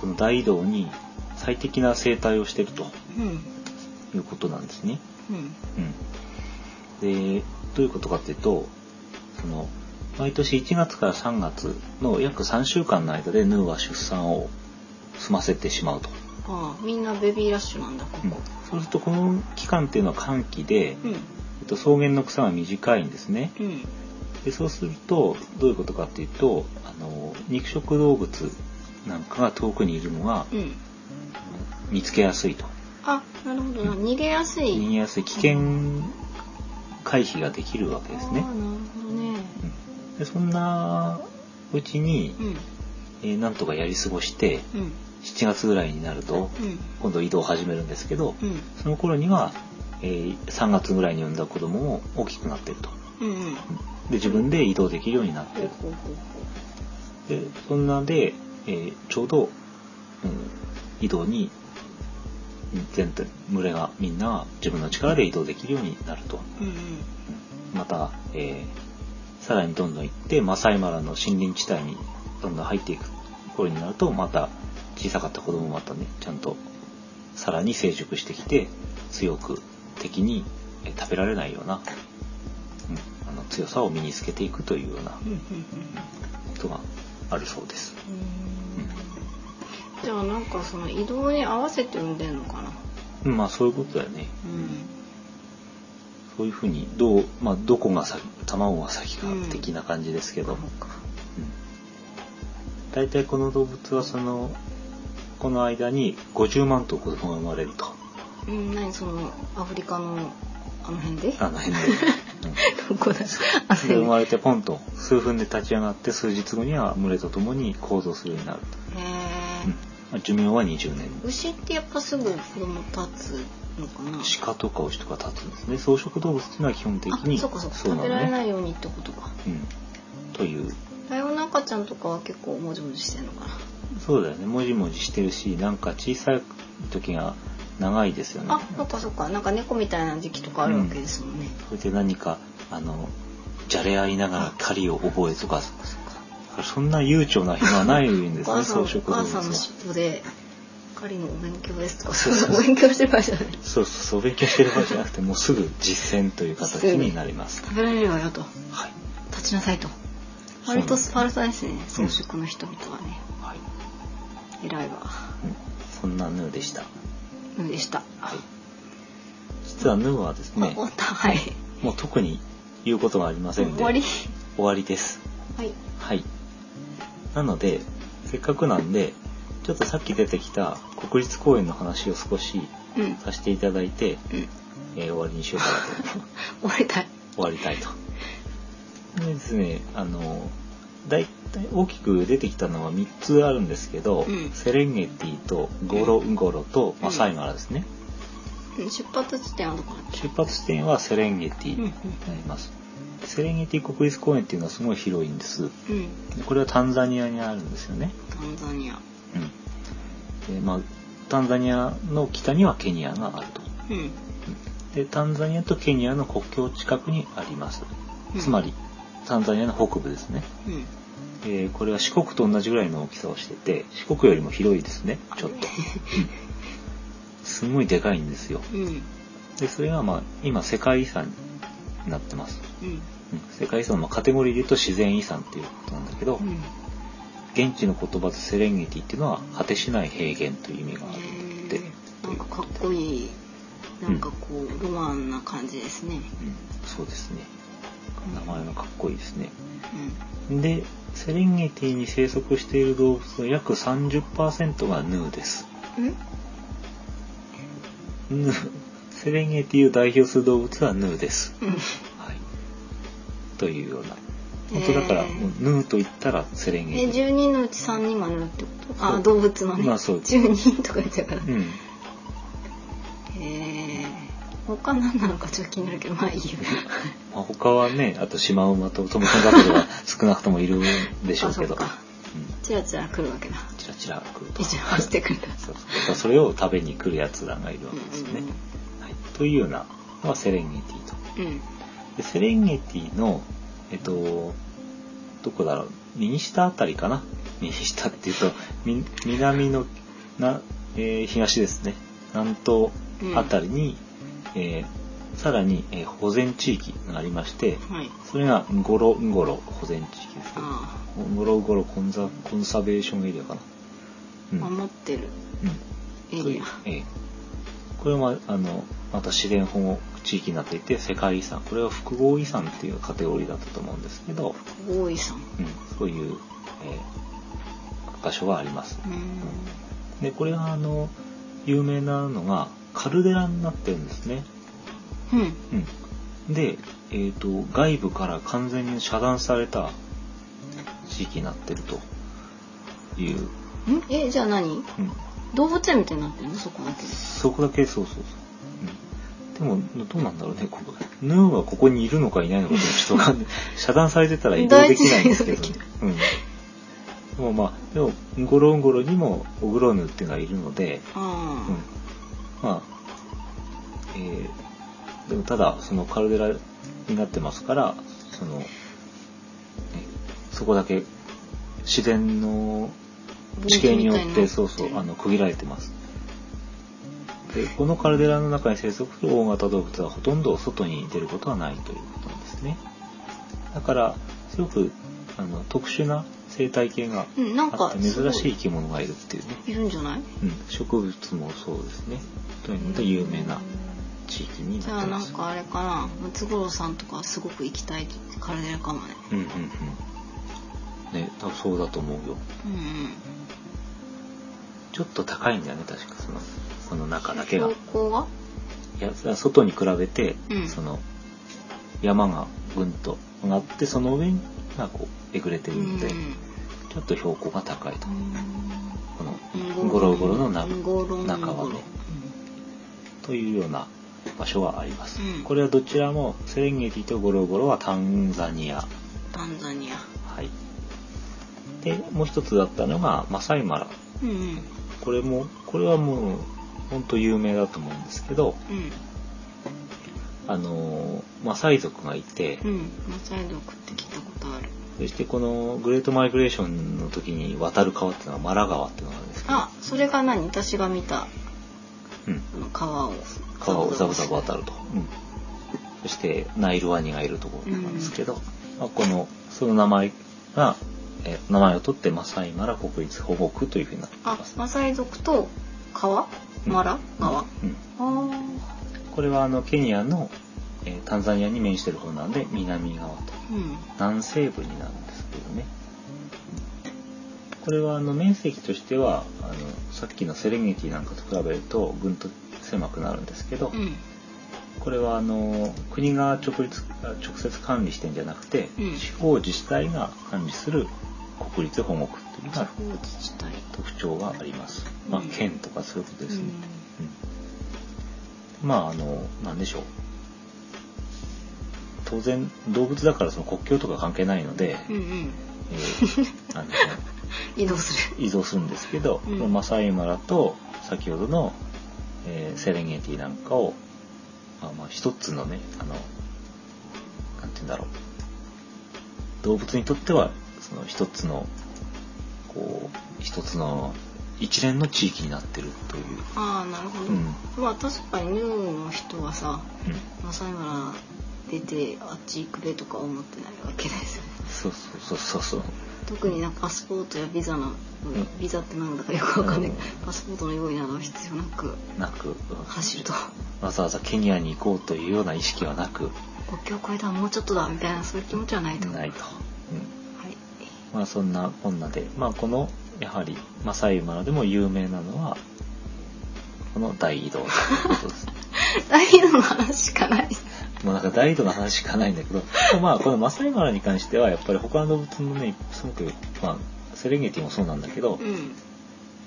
この大移動に最適な生態をしてると
うん。
いうことなんですね。
うん。
うん。で、どういうことかっていうと、その、毎年1月から3月の約3週間の間でヌーは出産を済ませてしまうと。
ああ、みんなベビーラッシュなんだ、こ
うん
こ。
そうするとこの期間っていうのは寒気で、
うん。
えっと、草原の草が短いんですね。
うん。
でそうするとどういうことかっていうとあの肉食動物なんかが遠くにいるのが
うん。
見つけやすいと
あ、なるほどな。逃げやすい。
逃げやすい危険回避ができるわけですね
ああ、。なるほどね。
うんでそんなうちに
う、ん。
えーなんとかやり過ごして
うん。
7月ぐらいになると
うん。
今度移動を始めるんですけど
うん。
その頃には、え3月ぐらいに産んだ子供も大きくなってると。
うん。うん。
うんで自分で移動できるようになって
ほう
る
ほうほう
でそんなんで、えーちょうど、うん、移動にうん全体群れがみんな自分の力で移動できるようになると
ほう。うん。
また、えーさらにどんどん行ってマサイマラの森林地帯にどんどん入っていく頃になるとまた小さかった子供もまたねちゃんとさらに成熟してきて強く敵にえー食べられないような、うん、あの強さを身につけていくというような
うん。うん。
ことがあるそうです。
うん。うん。じゃあ、なんか、その移動に合わせて産んでんのかな。
うんまあそういうことだよね。
うん。
そういうふうに、どう、まあどこが先、卵が先か
うん
的な感じですけど、
そうか
うん大体この動物はその、この間に50万頭子供が生まれると。
うん、何そのアフリカのあの辺で
あの
[laughs]
辺で。
どこだあの
うん、で生
辺で
まれてポンと数分で立ち上がって数日後には群れとともに行動するようになると、
へ
うんまあ寿命は20年
ー牛ってやっぱすぐ子供立つのかな
鹿とか牛とか立つんですね草食動物っていうのは基本的に
あそうかそうか
な
食べ
の
られ
ね
ないようにってことか
うんという
ライオンの赤ちゃんとかは結構もじもじしてんのかな、
そうだよね。もじもじしてるし、なんか小さい時が長いですよね。
あそっかそっかなんか猫みたいな時期とかあるわけですもんね、
それで何か、あの、じゃれ合いながら狩りを覚えとか、そんな悠長な暇はないん
お
ですね、
母さん
草
お
食動
母
物
さんの
は。
尻
そう
尾で狩りのお勉強ですとかそういうお勉強してる場合じゃない
そうそう、勉強してる場合じゃなくて、もうすぐ実践という形になります。
食べられるわよと
はい。
立ちなさいと
そう
割とスパルタですね草食の人々はね、
はい。
偉いわ
うんそんなヌーでした。
のでした。
はい。実はヌーはです
あ
ね
終、わった。はい。
もう特に言うことはありませんで、
終わり。
終わりです。
はい。
はい。なので、せっかくなんで、ちょっとさっき出てきた国立公園の話を少し
うん。うん。
させていただいて、
終
えー終わりにしようかなと。
わりたい。
終わり [laughs] たいと。でですね、あの、だいたい大きく出てきたのは3つあるんですけど、
うん
セレンゲティとゴロンゴロとマサイマラですね。
うん出発地点はどこだっけ
出発地点はセレンゲティ
うん
になります。セレンゲティ国立公園っていうのはすごい広いんです。
うん。うん。
でこれはタンザニアにあるんですよね。
タンザニア。
でまあ、タンザニアの北にはケニアがあると。
うん。
で、タンザニアとケニアの国境近くにあります。
うん
つま。り、タンザニアの北部ですね。
うん。
えーこれは四国と同じぐらいの大きさをしてて、四国よりも広いですね、ちょっと。すごいでかいんですよ。
うん。
で、それがまあ、今世界遺産になってます。
うん。
うん世界遺産のカテゴリーで言うと自然遺産っていうことなんだけど、
うん。
現地の言葉でセレンゲティっていうのは果てしない平原という意味があるって
え。ーなんかかっこいい。なんかこう、ロマンな感じですね。
うんそうですね。名前がかっこいいですね。
うん。
で、セレンゲティに生息している動物の約30%がヌーです。
うん。
ヌー。セレンゲティを代表する動物はヌーです。
うん。
はい。というような。
えー
本当だから、もうヌーと言ったらセレンゲ
え、
ティ。
十人のうち三人までだってこと。あ
そ、う
動物の
ま
ね
あそう。
十人とか言っちゃうから。
うん。
へえ他何なのかちょっと気になるけどまあいいよ
まあ、他はね、あとシマウマとトムソンガトルが少なくともいるんでしょうけ
あそ
ど。
っか
うん
ちチラチラ来るわ
[laughs]
けだ
チラチラ来ると。
一応走ってくるんだ
そうそうそれを食べに来るやつらがいるわけですよね。はい、というようなのがセレンゲティと。
うんうん
でセレンゲティの、えっと、どこだろう、右下あたりかな右下っていうと、み南のな、えー東ですね。南東
うん
あたりに、えーさらに、えー保全地域がありまして、
うんはい
それがゴロゴロ保全地域ですけど、
あ
ゴロゴロコンザコンサベーションエリアかな。
あ
うん。
守ってる
うん
エリア
ええこれもあのまた自然保護地域になっていて世界遺産これは複合遺産っていうカテゴリーだったと思うんですけど、
大井さん
うん、そういう、ええ場所があります
うーん
でこれがあの有名なのがカルデラになってるんですね、
うん
うん、で、えっと外部から完全に遮断された地域になってるという、
んえじゃあ何
うん、
動物園みたいになってるのそこだけ
そこだけそうそうそう、うん、でもどうなんだろうねここヌーはここにいるのかいないのかちょっとわかん [laughs] ない遮断されてたら移動できないんですけど、
大
ね
事な、
うんでもまあでもゴロンゴロにもオグロヌっていうのがいるので、
あ
うん、まあえーでもただそのカルデラになってますからそのねそこだけ自然の
あ
地形によっ
盆地みたい
て
な
そうそうあの区切られてますでこのカルデラの中に生息する大型動物はほとんど外に出ることはないということなんですねだからすごくあの特殊な生態系が
うんなん
あっ
か
て珍しい生き物がいるっていうね、
いるんじゃない
うん、植物もそうですねというので有名な地域に
じゃ
なっ
あ
て
な
ま
ん
す
かあれかなムツゴロウさんとかすごく行きたいカルデラかもね
うんうんうんね多分そうだと思うよ
うんうん
ちょっと高いんだよね確かそのその中だけが
標高はい
や外に比べて、
うん
その山がぐんと上がってその上がこうえぐれて
う
るの
ん
で、ちょっと標高が高いと、こ
うん
のゴロゴロのな
ゴロンゴロ
中はねというような場所があります、
うん
これはどちらもセレンゲティとゴロゴロはタンザニア
タンザニア
はいでもう一つだったのがマサイマラ
うんうん
これもこれはもう本当有名だと思うんですけど
うん
あのーマサイ族がいて、
うんマサイ族って聞いたことある
そしてこのグレートマイグレーションの時に渡る川っていうのはマラ川っていうのがあるんですけど、
あそれが何私が見た
うん、
あの川を
川をザブザブ渡ると、うん、そしてナイルワニがいるところなんですけど、まあ、このその名前がえ名前を取ってマサイマラ国立保護区というふうになってい
あ
ます。
マサイ族と川
うん
マラ川、
うん、
あ
これはあのケニアの、えータンザニアに面してる方なんで南側と
ーうん
南西部になるんですけどね。これはあの面積としてはあのさっきのセレンゲティなんかと比べるとぐんと狭くなるんですけど、
うん
これはあの国が直立直接管理してんじゃなくて、
うん
地方自治体が管理する国立保護区というのが
地方自治体
特徴があります。まあ
うん
県とかそういうことですね。うんまああのなんでしょう。当然動物だからその国境とか関係ないので、
うんうんうん
えーなんでしょう
移動する
移動するんですけど、
うん
このマサイマラと先ほどの、えーセレンゲティなんかを、まあ、まあ一つのねあのなんて言うんだろう動物にとってはその一つのこう一つの一連の地域になってるという、
ああなるほど、
うん
まあ確かにヌーの人はさ
うん、
マサイマラ出てあっち行くべとか思ってないわけですよね
そうそうそうそうそう
特になんかパスポートやビザの、
ん
ビザってなんだかよくわかんない、
うん
パスポートの用意などは必要なく
なくうん
走ると
わざわざケニアに行こうというような意識はなく
国境を越えたもうちょっとだみたいなそういう気持ちはないと思う
ない
は
と。うん
い
まあそんなこんなで、まあこの、やはり、マサイマラでも有名なのは、この大移動ということです。
大移動の話しかない
もうなんか大移動の話しかないんだけど、でもまあこのマサイマラに関しては、やっぱり他の動物のね、すごく、まあ、セレンゲティもそうなんだけど
う、ん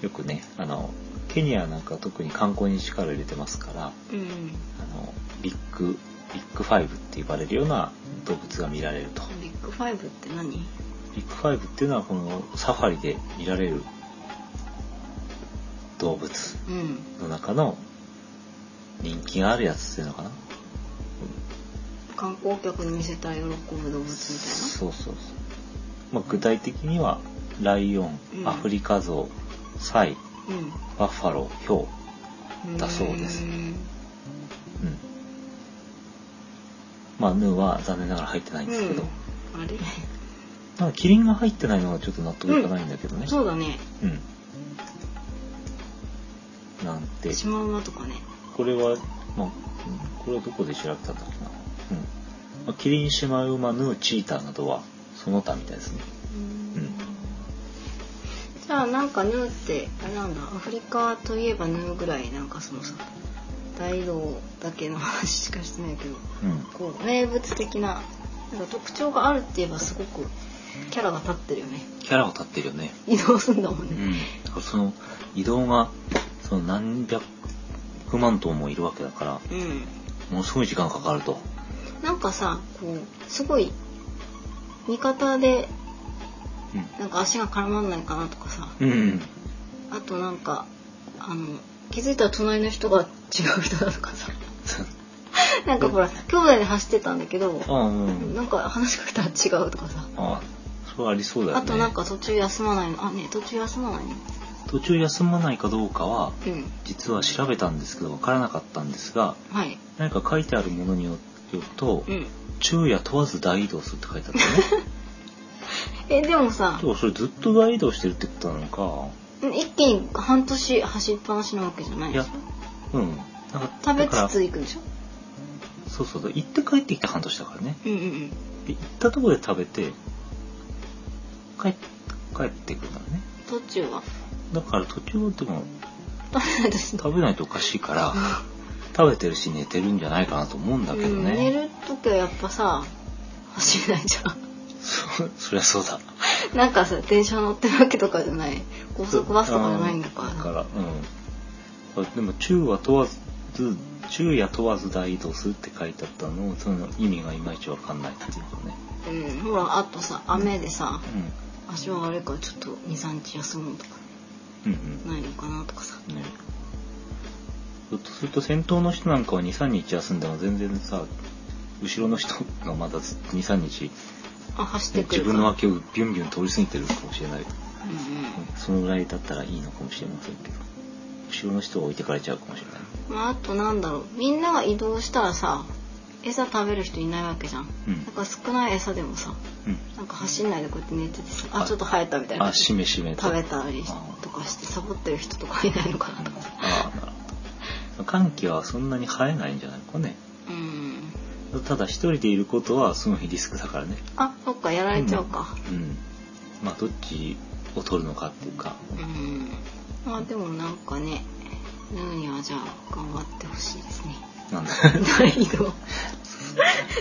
よくね、あの、ケニアなんか特に観光に力を入れてますから、
うん
あの、ビッグ、ビッグファイブって呼ばれるような動物が見られると。
ビッグファイブって何
ビッグファイブっていうのはこのサファリで見られる動物
うん
の中の人気があるやつっていうのかな
観光客に見せたら喜ぶ動物みたいな
そうそうそう、まあ、具体的にはライオン、
うん
アフリカゾウサイバッファローヒョウ、
うん
だそうです
ん
うん、まあヌーは残念ながら入ってないんですけど、
うん、あれ
なんかキリンが入ってないのはちょっと納得いかないんだけどね、
そうだね
うんなんて
シマウマとかね
これは、まあ、うんこれはどこで調べたんだっけな、うんまあ、キリンシマウマヌーチーターなどはその他みたいですね
うんじゃあなんかヌーってあれなんだアフリカといえばヌーぐらいなんかそのさ大道だけの話しかしてないけど
うん
こう名物的ななんか特徴があるって言えばすごくキャラが立ってるよね
キャラを立ってるよね
移動すんだもん
う
ね、
ん、だからその移動がその何百万頭もいるわけだから
うん、
ものすごい時間かかると
なんかさこうすごい味方でなんか足が絡まんないかなとかさ
うん、うんうん、
あとなんかあの気づいたら隣の人が違う人だと
[laughs]
かさなんかほら兄弟で走ってたんだけ
[laughs]
ど
ああうん
なんか話しかけたら違うとかさ
ああそれはありそうだよね
あとなんか途中休まないのあね途中休まないの
途中休まないかどうかは
うん
実は調べたんですけど分からなかったんですが
はい
何か書いてあるものによると
うん
「昼夜問わず大移動する」って書いてあったね
[laughs] えでもさ
でもそれずっと大移動してるってことなのか
一気に半年走りっぱなしなわけじゃないでしょ
いやうんなんか
食べ
だから
つつ行くでしょ
そうそうそう行って帰ってきた半年だからね
うんうんうん
で行ったとこで食べて帰っ帰ってくるからね
途中は
だから途中でも
食べないです
食べないとおかしいから食べてるし寝てるんじゃないかなと思うんだけど
うん、寝
ね、
る時はやっぱさ走れないじゃ
そ [laughs] そりゃそうだ
ん [laughs] なんかさ電車乗ってるわけとかじゃない高速バスとかじゃないんだから
うんだからうんでも昼は問わず昼夜問わず大移動するって書いてあったのをその意味がいまいちわかんないっていうかね
うんほらあとさ雨でさ
う
足は悪いからちょっと23日休むとか
んうんうん
ないのかなとかさ
ねひょっとすると先頭の人なんかは23日休んでも全然さ後ろの人がまだ23日
あ走ってく
自
るから
分の脇をビュンビュン通り過ぎてるかもしれない、
うんうん
そのぐらいだったらいいのかもしれませんけど後ろの人を置いてかれちゃうかもしれない
まあ、あとなんだろうみんなが移動したらさ餌食べる人いないわけじゃん、
うん
だから少ない餌でもさ
うん
なんか走んないでこうやって寝ててさあ
あ
ちょっと生えたみたいな
あしめしめと
食べたりとかしてサボってる人とかいないのかなとかさ
ああなるほど寒気はそんなに生えないんじゃないのかね
うん
ただ一人でいることはすごいリスクだからね
あそっかやられちゃうか
うんまあどっちを取るのかっていうか
うん、まあでもなんかねヌーにはじゃあ頑張ってほしいですね
[laughs] なんだ
大移動い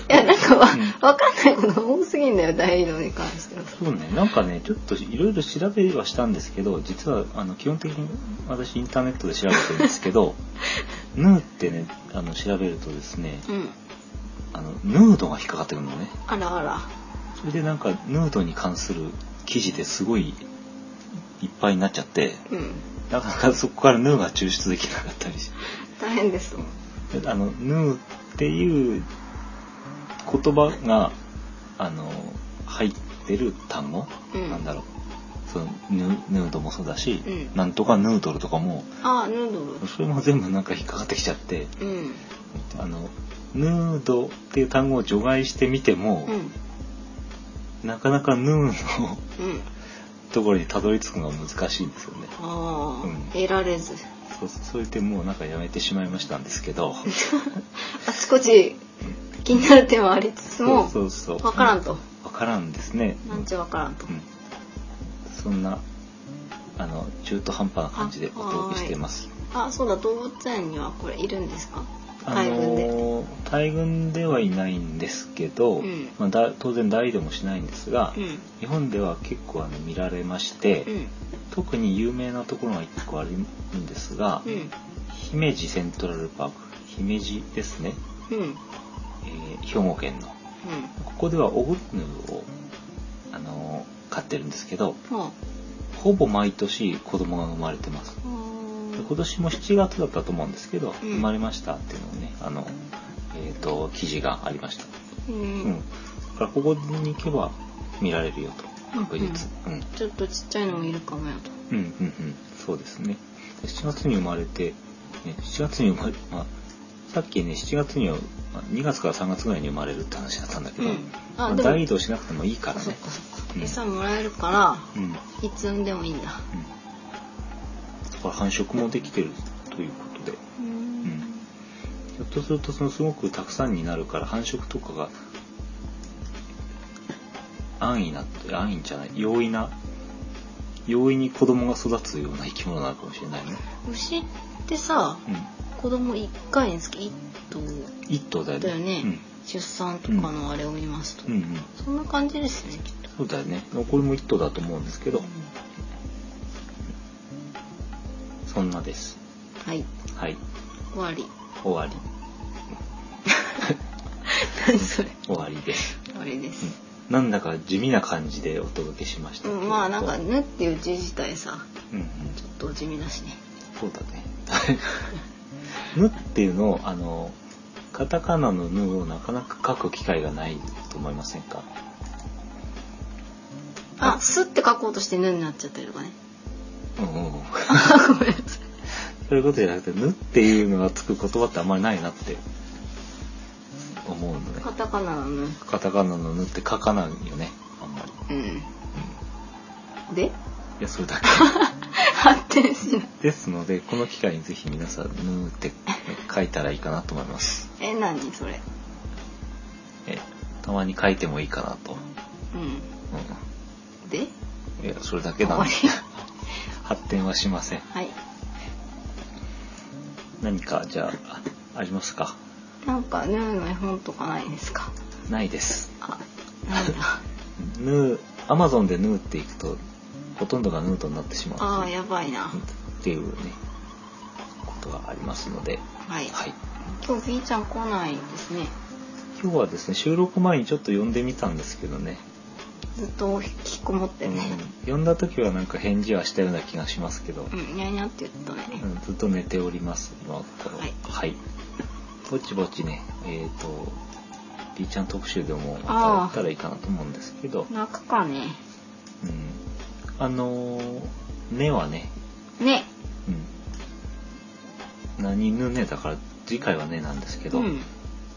やなんかわ
うん
わかんないことが多すぎんだよ大移動に関してはさ
そうね、なんかね、ちょっといろいろ調べはしたんですけど、実はあの基本的に私インターネットで調べてるんですけど、ヌーってね、あの調べるとですね、
うん
あのヌードが引っかかってくるのね。
あらあら
それでなんかヌードに関する記事ですごいいっぱいになっちゃって、
うん
なかなかそこからヌーが抽出できなかったりし
大変です
であのヌーっていう言葉があの入ってる単語、
うん
なんだろうそのヌヌードもそうだし、
うん
なんとかヌードルとかも
あヌード
それも全部なんか引っかかってきちゃって
ルうん
あのヌードっていう単語を除外してみても
う、ん
なかなかヌーの
うん
ところにたどり着くのが難しいんですよね。
ああ、
うん
得られず
そうそれでもうなんかやめてしまいましたんですけ
[laughs]
ど。
あちこち気になる点はありつつも
そうそうそう。
わからんと、
わからんですね。
なんちゃわからんと、
うんそんなあの中途半端な感じでお届けしてます。
あそうだ動物園にはこれいるんですか
あ
大群で、
の大群ではいないんですけど、
うん
まあ、だ当然大移動もしないんですが、
うん
日本では結構あの見られまして、
うん
特に有名なところが1個あるんですが、
うん
姫路セントラルパーク姫路ですね、
うんうん
えー兵庫県のここではオグヌーをあの飼ってるんですけど、
は
ほぼ毎年子供が生まれてます。
あ
で今年も7月だったと思うんですけど、
うん
生まれましたっていうのをね、あの、えっ、と、記事がありました。
うん、
うん。だからここに行けば見られるよと、確実。うん。
ちょっとちっちゃいのもいるかもやと
うんうんうん、そうですね。で7月に生まれて、ね、7月に生まれ、まあ、さっきね、7月には、まあ2月から3月ぐらいに生まれるって話だったんだけど、
うん
ま
あ
あ
でも
大移動しなくてもいいから
そっ
ね。
かそっか、
うん
餌もらえるから
うん。うん。だ
いつ産んでもいいんだ
から繁殖もできてるということで、ひ
うん
ょっとすると、そのすごくたくさんになるから、繁殖とかが、安易な、安易じゃない、容易な、容易に子供が育つような生き物なのかもしれないね。
牛ってさ
うん。
子供一回につき一頭
一頭だよね。
だよね
うん
出産とかのあれを見ますと、
うんうん、
そんな感じですねきっと
そうだよねこれも一頭だと思うんですけど、そんなです
はい
はい
終わり
終わり
[laughs] 何それ
終わりです、
終わりです、
うん、なんだか地味な感じでお届けしました
う
け
ん
ど、
まあなんか「ぬ」っていう字自体さ
うんうん、
ちょっと地味だしね
そうだね [laughs] ぬっていうのをあのカタカナの「ぬ」をなかなか書く機会がないと思いませんか
あ「す」って書こうとして「ぬ」になっちゃったりとかね
うんうんうん
[laughs] ごめんなさい
そういうことじゃなくて「ぬ」っていうのがつく言葉ってあんまりないなって思うのね
カタカナの「ぬ
カタカナの「ぬ」って書かないよねあんまり」
うんで
いや、それだ
[laughs] 発展しない
け。ですので、この機会にぜひ皆さん、ぬーって書いたらいいかなと思います。
え何それ
え、たまに書いてもいいかなと。
うんで
うん。いや、それだけなの
終わ
で
り、
発展はしません。
はい
何か、じゃあ、あありますか
なんか「ぬ」の絵本とかないですか
ないです。
あ [laughs] なんだ
ぬー、アマゾンでぬーっていくと、ほとんどがヌートになってしまう
あーやばいな
っていうね、ことがありますので、
はい
はい。
今日 B ちゃん来ないですね
今日はですね、収録前にちょっと読んでみたんですけどね、
ずっと引きこもって
うん
ね、
読んだ時はなんか返事はしたような気がしますけど
う、ん、にゃにゃって言ったね、
うんずっと寝ております今のところ
はい
ぼちぼちねえっ、と B ちゃん特集でもまたやったらいいかなと思うんですけど
泣くかね
うん、あのー根はね、
ね
うん、何ぬねだから次回はねなんですけど、
うん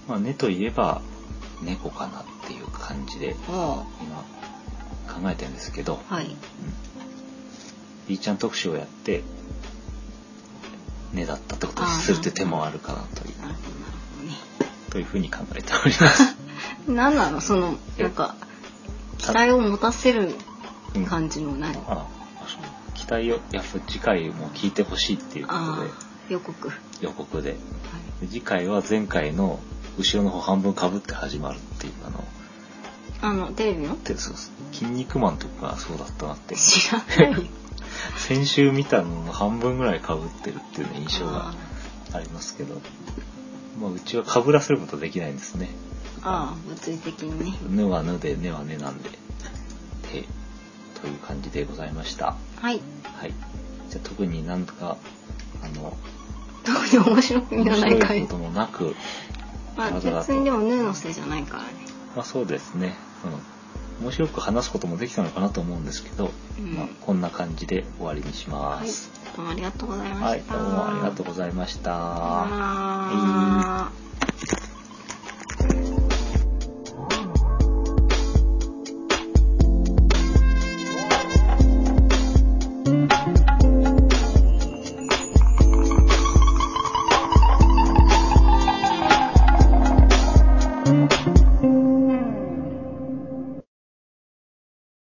まあ、根といえば猫かなっていう感じで
おう
今考えてるんですけど、
はい
B ちゃん特集をやってねだったってことにするって手もあるかなという
なるほどなるほどね
というふうに考えております。
何なのその
え
なんか [laughs] 期待を持たせる
うん
感じの何あ
ああそう期待をやっぱ次回も聞いてほしいっていうこと
あ
で
ー予告、は
予告でで次回は前回の後ろの方半分かぶって始まるっていうあの
い、あのテレビの
でそうそう筋肉マンとかそうだったな
[laughs]
って
知らない
先週見たのの半分ぐらいかぶってるっていう、ね、印象がありますけど、まあ、うちはかぶらせることはできないんですね。
ああ物理的にね
ぬはぬでねはねなんで。てという感じでございました。
はい
はい。じゃあ特になんか、あの、
特に面白み
面
がな
白
い
い
回
こともなく、
まあ
だらだらと
別にでもヌーのせいじゃないからね
まあそうですね、うん、面白く話すこともできたのかなと思うんですけど、
うん
まあこんな感じで終わりにしま
はい
す。
どうもありがとうございま
はい、
した
どうもありがとうございました。
あー